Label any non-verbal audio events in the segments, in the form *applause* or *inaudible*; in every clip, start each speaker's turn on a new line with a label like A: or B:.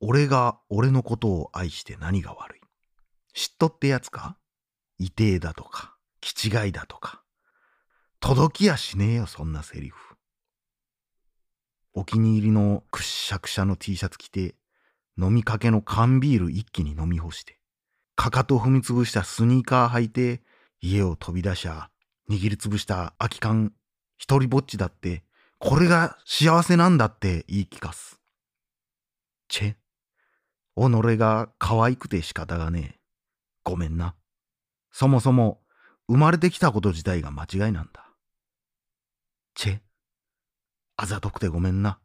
A: 俺が俺のことを愛して何が悪い嫉妬ってやつか異定だとか、気違いだとか。届きやしねえよ、そんなセリフ。お気に入りのくっしゃくしゃの T シャツ着て、飲みかけの缶ビール一気に飲み干して、かかと踏みつぶしたスニーカー履いて、家を飛び出しゃ、握りつぶした空き缶、一人ぼっちだって、これが幸せなんだって言い聞かす。チェ、己が可愛くて仕方がねえ。ごめんな。そもそも生まれてきたこと自体が間違いなんだ。チェ、あざとくてごめんな。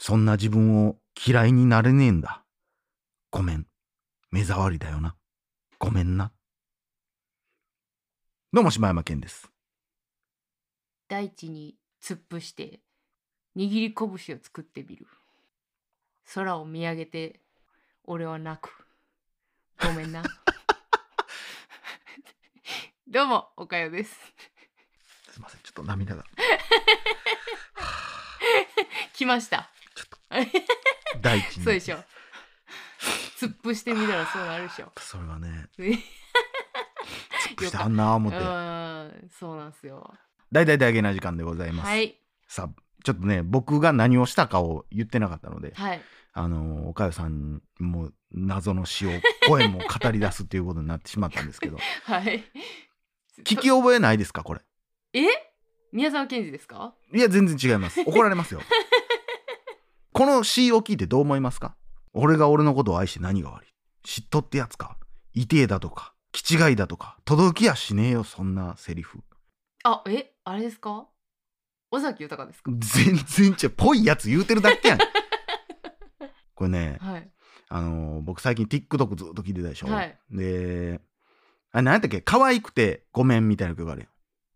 A: そんな自分を嫌いになれねえんだ。ごめん。目障りだよな。ごめんな。どうも、島山健です。
B: 大地に突っ伏して握り拳を作ってみる空を見上げて俺は泣くごめんな *laughs* どうもおかよです
A: すいません、ちょっと涙が。
B: 来ました
A: 第一に。
B: *laughs* そうでしょ突っ伏してみたらそうなるでしょ
A: それはね、
B: ね
A: 突っ伏してはんなあ
B: う
A: 思って。
B: んそうなんすよ
A: 大々大げな時間でございます。
B: はい
A: さあ、ちょっとね、僕が何をしたかを言ってなかったので、
B: はい
A: あの、おかよさんも謎の詩を、声も語り出すっていうことになってしまったんですけど、
B: はい
A: 聞き覚えないですか、これ。
B: *laughs* え宮沢賢治ですか
A: いや、全然違います。怒られますよ。この詩を聞いてどう思いますか俺が俺のことを愛して何が悪い嫉妬ってやつか痛えだとか、気違いだとか、届きやしねえよ、そんなセリフ。
B: あえあれですか尾崎豊ですか
A: 全然違う。ぽいやつ言うてるだけやん。これね、
B: はい
A: あのー僕最近 TikTok ずっと聞いてたでしょ。
B: はい
A: で、あれ、なんやったっけ可愛くてごめんみたいな曲があるよ。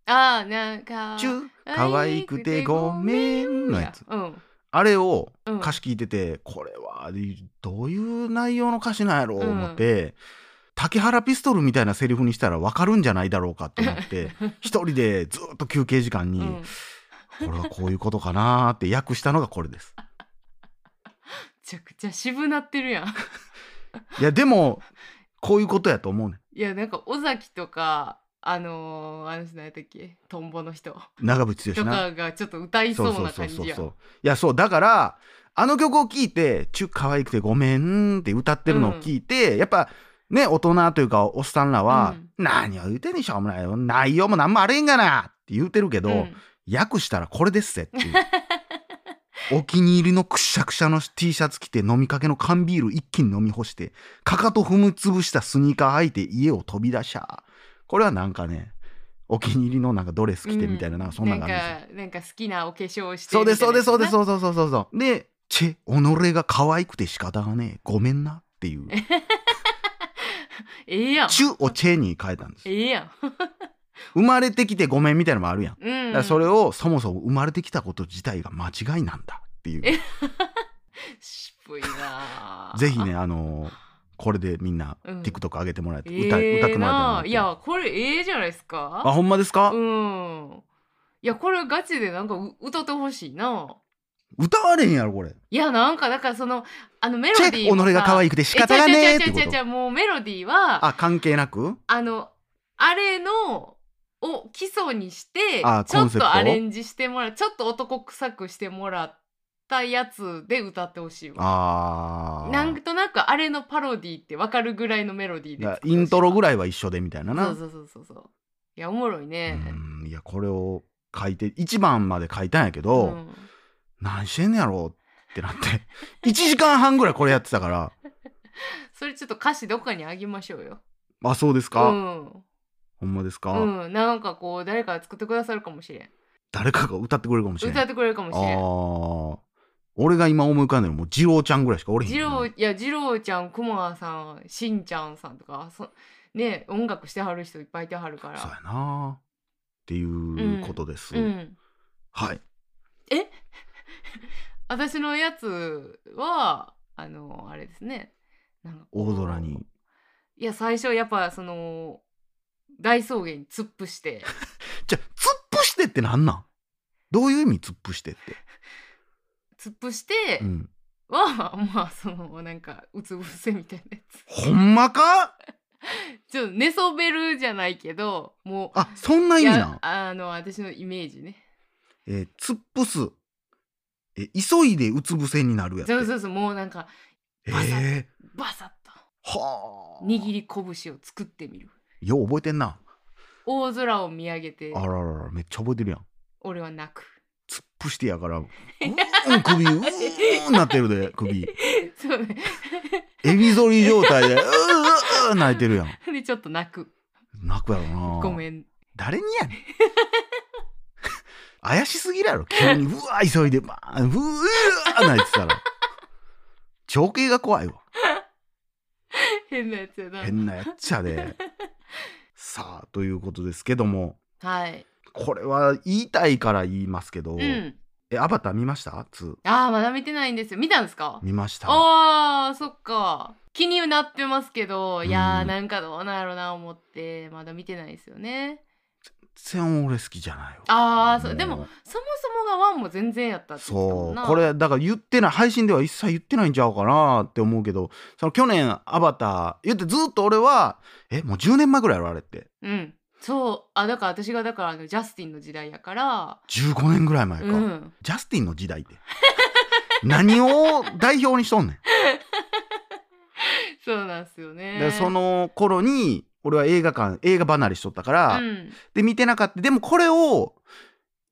B: ああなんか
A: チュー可愛くてごめんのやつ。
B: うん。
A: あれを
B: うん
A: 歌詞聞いてて、これはどういう内容の歌詞なんやろう思って、竹原ピストルみたいなセリフにしたら分かるんじゃないだろうかって思って *laughs* 一人でずっと休憩時間に、
B: うん
A: これはこういうことかなーって訳したのがこれです。
B: めちゃくちゃ渋なってるやん。 *laughs*
A: いやでもこういうことやと思うね
B: いやなんか尾崎とかあのー、あの人何やったっけトンボの人
A: 長渕
B: と
A: 剛な。
B: かがちょっと歌いそうな感じやん。
A: う。いやそうだからあの曲を聴いて「ちゅ可愛くてごめん」って歌ってるのを聞いて、やっぱね大人というかおっさんらは「何を言うてんねんしょうもないよ内容も何もあれへんがな」って言うてるけど、
B: うん
A: 訳したらこれですぜって
B: *laughs*
A: いう。お気に入りのくしゃくしゃの T シャツ着て飲みかけの缶ビール一気に飲み干してかかと踏みつぶしたスニーカー履いて家を飛び出しゃこれはなんかねお気に入りのなんかドレス着てみたいな,、なんかそんな感
B: なん
A: じですよ
B: かなんか好きなお化粧をして
A: そうですそうですそうです
B: う
A: そうそうそうそうそうで「チェ己が可愛くて仕方がねえごめんな」って
B: *laughs*
A: いう
B: ええや
A: 「
B: ん
A: チュ」を「チェ」に変えたんです
B: ええやん
A: 生まれてきてごめんみたいなのもあるやんだ
B: う
A: か
B: ん
A: らそれをそもそも生まれてきたこと自体が間違いなんだっていう
B: 渋いなあ
A: ぜひねあのーこれでみんな
B: うん
A: TikTok 上げてもらえて、
B: え
A: 歌
B: え
A: 歌ってもらえたら
B: な
A: なっ
B: あ
A: て
B: いやこれええじゃないですか
A: あほんまですか、
B: うんいやこれガチでなんかう歌ってほしいな
A: 歌われへんやろこれ
B: いやなんかだからそのあのメ
A: 「チェ
B: ロディーもさ
A: 己が可愛くて仕方がねえ」
B: え
A: っ
B: ちゃ
A: て
B: うち
A: こ
B: ゃうちゃうちゃうち
A: と
B: ゃうもうメロディーはあ
A: あ関係なく
B: のあれのを基礎にして
A: あ
B: ちょ
A: コン
B: っ
A: セプトを
B: とアレンジしてもらうちょっと男臭くしてもらったやつで歌ってほしいわ
A: あー
B: なんとなくあれのパロディーってわかるぐらいのメロディーで
A: だからイントロぐ
B: らい
A: らいは一緒でみたいなな
B: そうそうそうそうそういやおもろいね
A: うんいやこれを書いて1番まで書いたんやけど、
B: うん
A: 何してんねやろってなって *laughs* 1時間半ぐらいこれやってたから
B: それちょっと歌詞どっかにあげましょうよ
A: あそうですか、
B: うん
A: ほんまですか、
B: うん、なんかこう誰かが作ってくださるかもしれん
A: 誰かが歌ってくれるかもしれな
B: 歌
A: い
B: ってくれるかも
A: あ
B: しれん
A: ー俺が今思い浮かんでるのもう二郎ちゃんぐらいしかおれへん
B: 二
A: よ
B: 郎いや二郎ちゃんくまさんしんちゃんさんとかそね音楽してはる人いっぱいいてはるか
A: そうや
B: ら
A: なっていうことです、
B: うん
A: はい
B: 私のやつはあのあれですねなんかこう
A: 大空に
B: いや最初やっぱその大草原に突っ伏して *laughs*
A: じゃあ突っ伏してってなんなんどういう意味突っ伏してって、
B: 突っ伏して、
A: うん、
B: はまあそのなんかうつ伏せみたいなやつ
A: ほんまか
B: ちょっと寝そべるじゃないけどもう
A: あ、そんな意味な
B: いや
A: ん
B: あの私のイメージね
A: えー、突っ伏す。え、急いでうつ伏せになるやつ。
B: そうそうそうもうなんか
A: え
B: バサッ
A: え
B: バサッと
A: はあ。
B: 握り拳を作ってみる
A: よう覚えてんな。
B: 大空を見上げて
A: あらららら、めっちゃ覚えてるやん。
B: 俺は泣く *laughs*
A: 突っ伏してやから、うーん、首、うーんなってるで、首。
B: そうね
A: エビ反り状態で、うーうーうー泣いてるやん。
B: でちょっと泣く
A: 泣くやろな。
B: ごめん
A: 誰にやねん。怪しすぎるやろ。急に、うわ、急いで、まあ、うーうー泣いてたら。情景が怖いわ。
B: 変なやつやな
A: 変なやっちゃ
B: *laughs*
A: で。さあ、ということですけども、
B: はい
A: これは言いたいから言いますけど、
B: うん
A: え、アバター見ました ?2。
B: ああまだ見てないんですよ見たんですか
A: 見ました。
B: あーそっか気になってますけどいや
A: う
B: ー
A: ん
B: なんかどうなんやろな思ってまだ見てないですよね
A: 全然俺好きじゃないわ。
B: あーそう
A: う
B: でもそもそもがワンも全然やったって言ってたも
A: そ
B: んな
A: うこれだから言ってない配信では一切言ってないんちゃうかなって思うけどその去年「アバター」言ってずっと俺はえもう10年前ぐらいやろあれって
B: うんそうあだから私がだからあのジャスティンの時代やから
A: 15年ぐらい前か、
B: うん
A: ジャスティンの時代って何を代表にしとん
B: *laughs*
A: ねん
B: そうなんですよね
A: でその頃に俺は映画館映画離れしとったから、
B: うん
A: で見てなかったでもこれを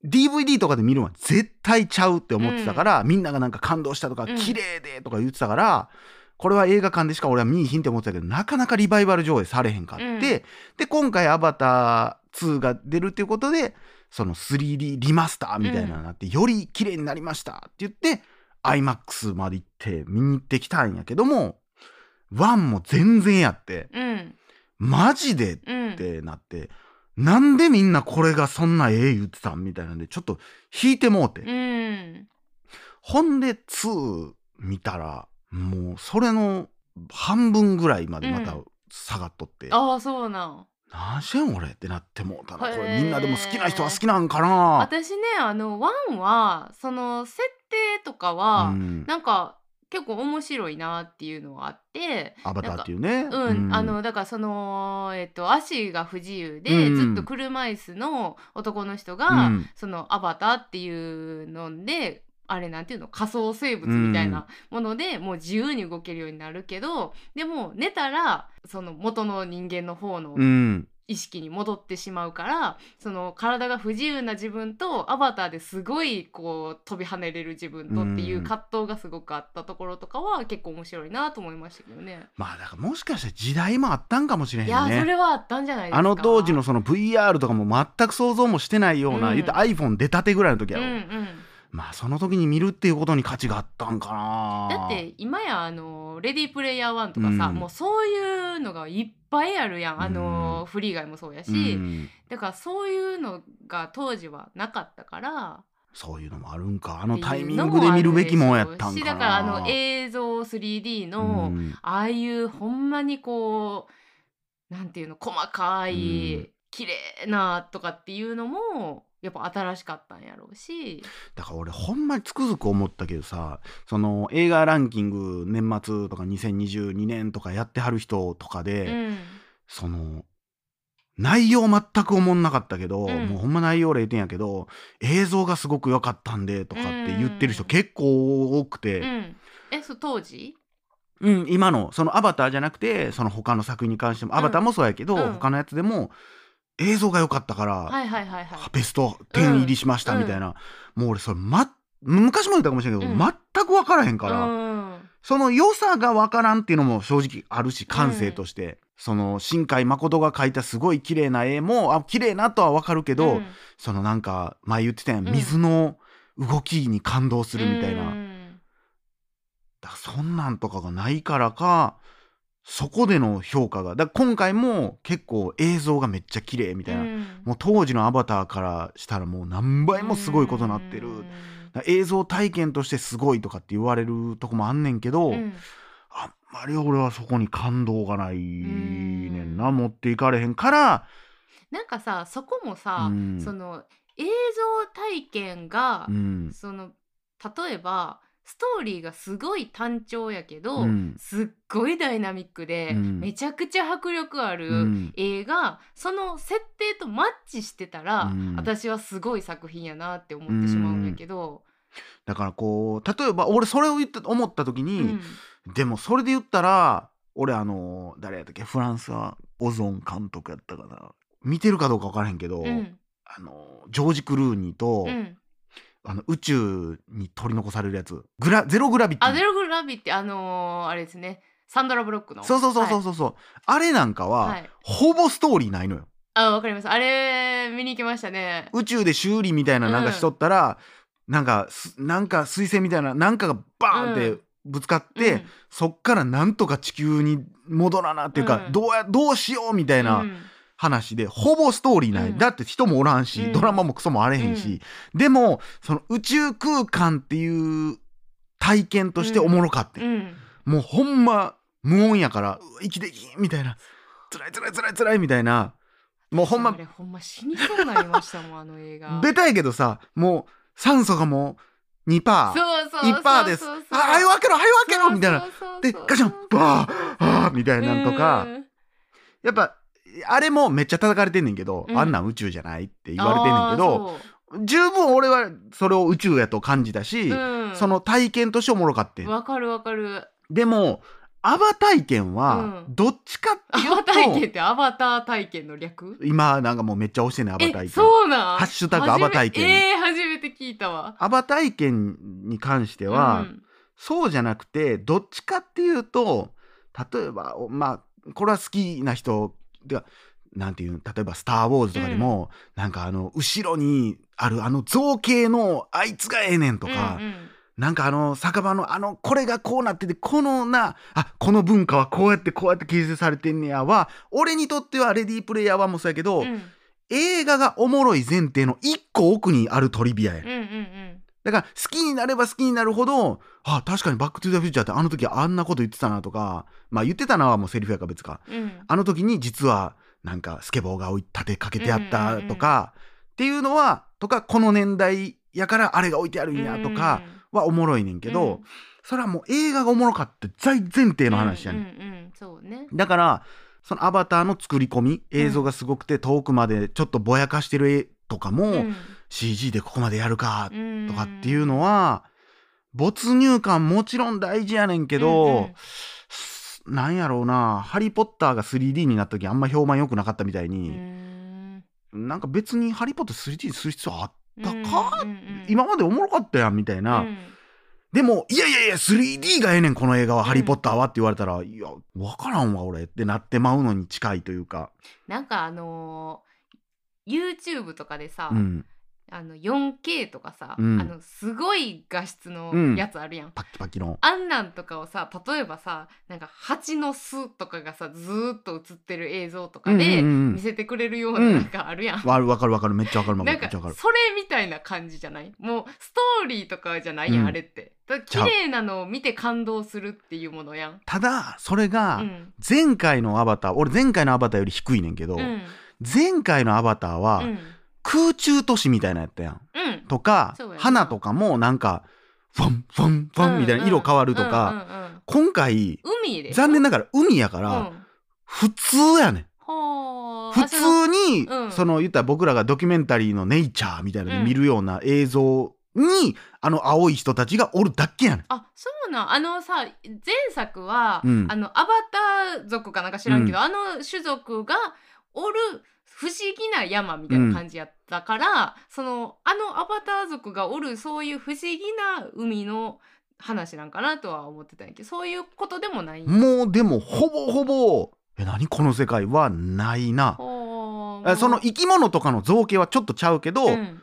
A: DVD とかで見るのは絶対ちゃうって思ってたから、みんながなんか感動したとか、
B: うん
A: 綺麗でとか言ってたからこれは映画館でしか俺は見いひんって思ってたけどなかなかリバイバル上映されへんかって、
B: うん
A: で今回「アバター2」が出るっていうことでその 3D リマスターみたいなのになって、より綺麗になりましたって言って IMAX まで行って見に行ってきたんやけども1も全然やって
B: うん
A: マジで
B: うん
A: ってなって、なんでみんなこれがそんなええ言ってたんみたいなんでちょっと引いてもうて、
B: うん
A: ほんで2見たらもうそれの半分ぐらいまでまた
B: うん
A: 下がっとって、
B: ああそうなん
A: なんしやん俺ってなってもうたなこ
B: へ
A: れ
B: え
A: みんなでも好きな人は好きなんかな、
B: 私ねあのワンはその設定とかは、
A: うん、
B: なんか結構面白いなっていうのはあって
A: アバターっていうね
B: うん、あのだからその、えっと、足が不自由
A: う
B: で、
A: ん
B: ずっと車椅子の男の人が、
A: うん
B: そのアバターっていうのであれなんていうの仮想生物みたいなもので、もう自由に動けるようになるけどでも寝たらその元の人間の方の
A: うん
B: 意識に戻ってしまうからその体が不自由な自分とアバターですごいこう飛び跳ねれる自分とっていう
A: うん
B: 葛藤がすごくあったところとかは結構面白いなと思いましたけどね。
A: まあだからもしかして時代もあったんかもしれへん
B: い
A: ね
B: やそれはあったんじゃないですか。
A: あの当時のその VR とかも全く想像もしてないような、
B: うん
A: 言った iPhone 出たてぐらいの時
B: う
A: や
B: ん
A: ろ、
B: うん、
A: まあその時に見るっていうことに価値があったんかな
B: だって今やあの「レディープレイヤー1」とかさ、
A: うん
B: もうそういうのがいっぱいあるやんあの、
A: うん
B: フリー以外もそうやし、
A: うん
B: だからそういうのが当時はなかったから
A: そういうのもあるんかあのタイミングで見るべきもんやったん
B: し
A: かな
B: だからあの映像 3D の、
A: うん
B: ああいうほんまにこうなんていうの細かい、
A: うん
B: 綺麗なとかっていうのもやっぱ新しかったんやろうし、
A: だから俺ほんまにつくづく思ったけどさその映画ランキング年末とか2022年とかやってはる人とかで、
B: うん
A: その内容全く思んなかったけど、
B: うん
A: もうほんま内容0点やけど映像がすごく良かったんでとかって言ってる人結構多くて、
B: うん、えそう当時
A: うん、今のそのアバターじゃなくてその他の作品に関しても、アバターもそうやけど、
B: うん
A: 他のやつでも映像が良かったから、
B: はいはいはいはい。
A: ベスト10入りしましたみたいな、もう俺それ、ま、昔も言ったかもしれんけど、
B: うん
A: 全く分からへんから、
B: うん
A: その良さが分からんっていうのも正直あるし感性として、その新海誠が描いたすごい綺麗な絵もあ綺麗なとは分かるけど、
B: うん
A: そのなんか前言ってたやん、
B: うん
A: 水の動きに感動するみたいな。
B: うん
A: だからそんなんとかがないからかそこでの評価がだから今回も結構映像がめっちゃ綺麗みたいな、
B: うん
A: もう当時の「アバター」からしたらもう何倍もすごいことになってる、
B: うん
A: だから映像体験としてすごいとかって言われるとこもあんねんけど、
B: うん
A: あんまり俺はそこに感動がないねんな、
B: うん
A: 持っていかれへんから、
B: なんかさそこもさ、
A: うん
B: その映像体験が、
A: うん
B: その例えばストーリーがすごい単調やけど、
A: うん
B: すっごいダイナミックで、
A: うん
B: めちゃくちゃ迫力ある、
A: うん
B: 映画その設定とマッチしてたら、
A: うん
B: 私はすごい作品やなって思ってしまうんやけど、
A: だからこう例えば俺それを言った思った時
B: う
A: に、
B: ん
A: でもそれで言ったら俺あの誰やったっけフランスはオゾン監督やったかな見てるかどうか分からへんけど、
B: うん
A: あのジョージ・クルーニーと、
B: うん、
A: あの宇宙に取り残されるやつグラゼログラビティ
B: アゼログラビってあのーあれですねサンドラ・ブロックの
A: そうそうそうそうそうそう、あれなんかは、
B: はいはい
A: ほぼストーリーないのよ
B: あわかりますあれ見に行きましたね
A: 宇宙で修理みたいななんかしとったら、なんかすなんか彗星みたいななんかがバーン
B: う
A: って
B: ん
A: ぶつかって、
B: うん
A: そっからなんとか地球に戻らなっていうか、
B: うん
A: どうやどうしようみたいな
B: うん
A: 話で、ほぼストーリーない、
B: うん
A: だって人もおらんし、
B: うん
A: ドラマもクソもあれへんし、でもその宇宙空間っていう体験としておもろかってん、
B: うん
A: もうほんま無音やからうわ生きてきんみたいな辛い辛い辛い辛いみたいなもうほんま
B: あれほんま死にそうになりましたもんあの映画
A: ベタやけどさもう酸素がもう2パー
B: そうそう
A: 1パーですあはい分けろはい分けろみたいなでガシャンバーあーみたいなんとかやっぱあれもめっちゃ叩かれてんねんけど、
B: うん
A: あんなん宇宙じゃないって言われてんねんけど
B: ど
A: 十分俺はそれを宇宙やと感じたし、その体験としておもろかってん
B: わかるわかる
A: でもアバ体験は
B: うん
A: どっちかって
B: ア
A: いうと、
B: バ体験ってアバター体験の略
A: 今なんかもうめっちゃ押してんねんアバ体
B: え
A: 験
B: そうなん
A: ハッシュタグアバ体験
B: 初めえー、初めて聞いたわ
A: アバ体験に関しては、
B: うん
A: そうじゃなくてどっちかっていうと例えばおまあこれは好きな人てかなんていう例えば「スター・ウォーズ」とかでも、なんかあの後ろにあるあの造形のあいつがええねんとか、
B: うんうん
A: なんかあの酒場のあのこれがこうなっててこのなあこの文化はこうやってこうやって形成されてんねやは俺にとっては「レディープレイヤー1」もそうやけど、
B: うん
A: 映画がおもろい前提の一個奥にあるトリビアやん
B: うんうんうん
A: だから好きになれば好きになるほどあ確かに「バック・トゥ・ザ・フューチャー」ってあの時あんなこと言ってたなとかまあ言ってたなはもうセリフやから別か
B: うん
A: あの時に実はなんかスケボーが追い立てかけてあったとか、っていうのはとかこの年代やからあれが置いてあるんやとかはおもろいねんけど、
B: うん
A: それはもう映画がおもろかって大前提の話やねん
B: う、んうんうんそうね
A: だからそのアバターの作り込み映像がすごくて遠くまでちょっとぼやかしてる絵とかも、CG でここまでやるかとかっていうの
B: は
A: は、没入感もちろん大事やねんけど、
B: うんうん
A: すなんやろうな「ハリー・ポッター」が 3D になった時あんま評判良くなかったみたいに、なんか別に「ハリー・ポッター 3D にする必要あっ高っ今までおもろかったやんみたいな、でも「いやいやいや 3D がええねんこの映画は、
B: うん
A: ハリー・ポッターは」って言われたら「いや分からんわ俺」ってなってまうのに近いというか、
B: なんかあのー YouTube とかでさ、
A: うん、
B: あの 4K とかさ、
A: うん
B: あのすごい画質のやつあるやん、
A: パッキパキの。
B: あんなんとかをさ例えばさなんか蜂の巣とかがさずーっと映ってる映像とかで
A: うんうんうん
B: 見せてくれるような
A: うん
B: なんかあるやん、
A: わわかるわかるめっちゃわかるめ
B: なん
A: っちゃ
B: か
A: わかる。
B: それみたいな感じじゃないもうストーリーとかじゃないやん、
A: うん
B: あれってだ
A: ち
B: 綺
A: ゃう
B: 麗なのを見て感動するっていうものやん
A: ただそれが、
B: うん
A: 前回のアバター俺前回のアバターより低いねんけど、
B: うん
A: 前回のアバターは
B: うん
A: 空中都市みたいなやったやん
B: うん
A: とか
B: そうやな
A: 花とかもなんかファンファンファンみたいな色変わるとか、
B: うんうんうんうん
A: 今回
B: 海で
A: 残念
B: な
A: ながら海やから、
B: うん
A: 普通やねん
B: ほー
A: 普
B: あその
A: 通に
B: そのうん
A: その言ったら僕らがドキュメンタリーのネイチャーみたいなので見るような映像に、あの青い人たちがおるだけやねん。
B: あそうなんあのさ前作は、
A: うん
B: あのアバター族かなんか知らんけど、あの種族がおる不思議な山みたいな感じやったから、そのあのアバター族がおるそういう不思議な海の話なんかなとは思ってたんやけどそういうことでもない
A: もうでもほぼほぼえ何この世界はないな。
B: ほー
A: あその生き物とかの造形はちょっとちゃうけど、
B: うん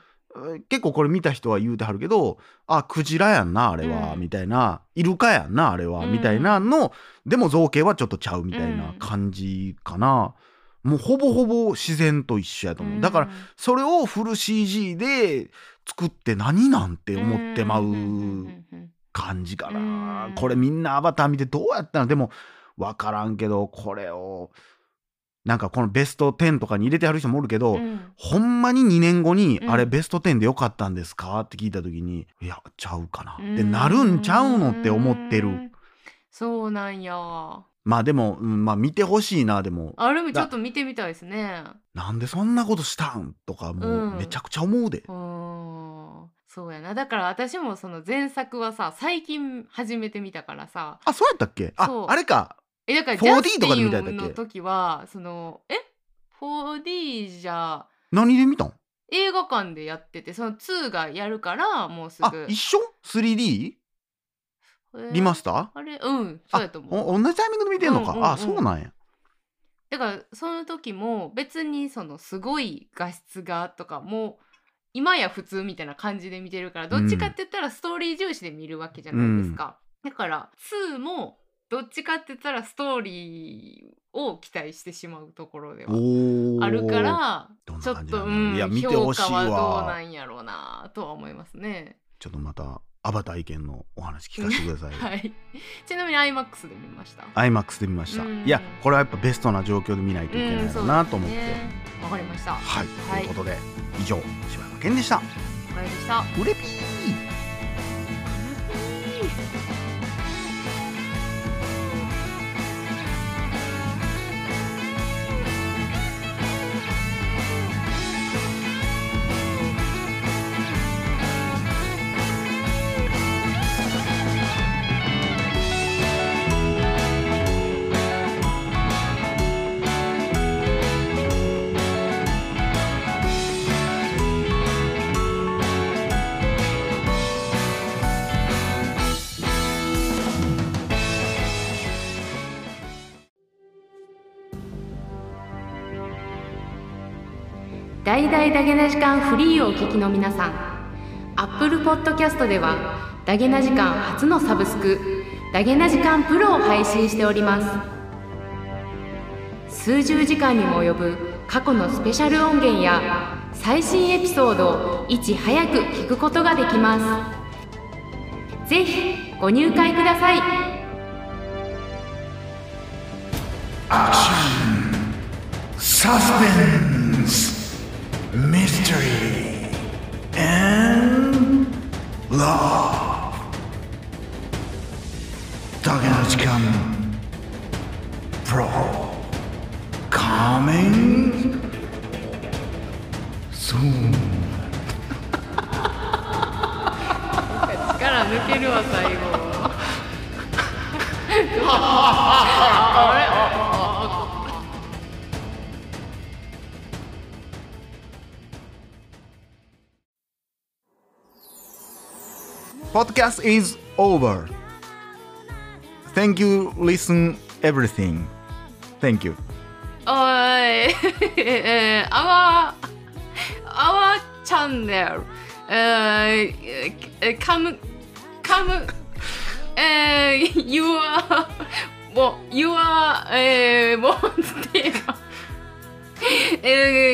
A: え結構これ見た人は言うてはるけどあクジラやんなあれは、
B: うん
A: みたいなイルカやんなあれは、
B: うん
A: みたいなのでも造形はちょっとちゃうみたいな
B: うん
A: 感じかな、もうほぼほぼ自然と一緒やと思う、だからそれをフル CG で作って何なんて思ってまう感じかな、
B: うん
A: これみんなアバター見てどうやったのでも分からんけどこれをなんかこのベスト10とかに入れてはる人もおるけど、
B: うん
A: ほんまに2年後に、
B: うん
A: あれベスト10でよかったんですかって聞いた時にいやちゃうかな
B: うー
A: ってなるんちゃうのって思ってる
B: そうなんやあ
A: まあでも、うんまあ見てほしいなでも
B: れもちょっと見てみたいですね
A: なんでそんなことしたんとかもううんめちゃくちゃ思うで、
B: うーんそうやなだから私もその前作はさ最近始めてみたからさ
A: あそうやったっけあ
B: そう
A: あれか
B: えだから
A: 4D
B: ジャステ
A: とかで見たんだっ
B: ィ
A: け
B: ンの時はそのえ 4D じゃ
A: 何で見たん
B: 映画館でやっててその2がやるからもうす
A: あ
B: ぐ
A: 一緒 3D
B: えー
A: リマスター
B: あれうんそうやと思う
A: お同じタイミングで見てんのか、
B: うんうんうん
A: あそうなんや
B: だからその時も別にそのすごい画質がとかも今や普通みたいな感じで見てるからどっちかって言ったらストーリー重視で見るわけじゃないですか、だから2もどっちかって言ったらストーリーを期待してしまうところでは
A: おー
B: あるから
A: どん
B: ちょ
A: な
B: っ
A: 感じ
B: と、
A: な
B: う
A: だろ
B: んん、
A: ういや見てほしいわ
B: 評価はどうなんやろうなとは思いますね
A: ちょっとまたアバター意見のお話聞かせてください、
B: *laughs* はいちなみに IMAX で見ました
A: アイマックスで見ました、
B: うん
A: いやこれはやっぱベストな状況で見ないといけないのなと思って、
B: うんそうですねわかりましたお
A: はい、
B: は
A: と
B: い
A: いうことで以上柴山健でした
B: 疲れでした
A: うれぴー
B: 大々ダゲな時間フリーをお聞きの皆さん Apple Podcast ではダゲな時間初のサブスクダゲな時間プロを配信しております数十時間にも及ぶ過去のスペシャル音源や最新エピソードをいち早く聞くことができますぜひご入会ください
A: サスペンスミステリー and love だけの時間 pro coming soon
B: 力抜けるわ最後あれ
A: podcast is over thank you listen everything thank you
B: *laughs* おーい、えー、あわ、あわチャンネル、えー、えー、カム、カム、えー、you are, もう、you are, えー、もう、え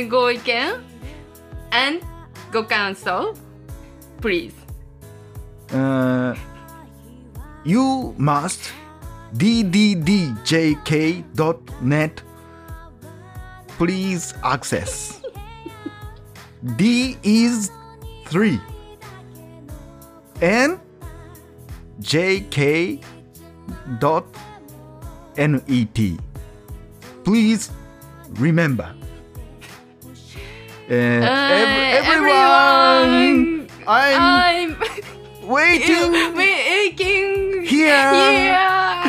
B: ー、ご意見 and ご感想 please
A: Uh, you must dddjk.net please access d is 3 and jk.net please remember Uh, ev- everyone
B: everyone,
A: i'm
B: I'm *laughs*
A: waiting
B: making
A: Here.
B: here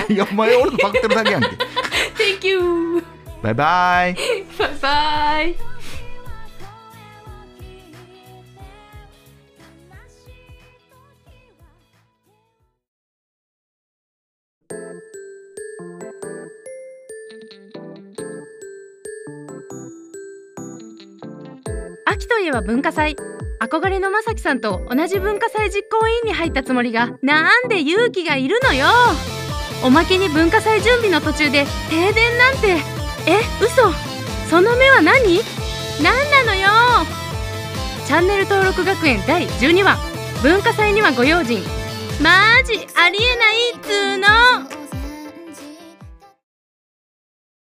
A: *laughs* いやお前俺とパクってるだけやんけ
B: Thank you.
A: バイバイ
B: Bye *laughs* bye.「秋といえば文化祭」憧れのまさきさんと同じ文化祭実行委員に入ったつもりがなんで勇気がいるのよおまけに文化祭準備の途中で停電なんてえ嘘その目は何何なのよチャンネル登録学園第12話「文化祭にはご用心」マジありえないっつーの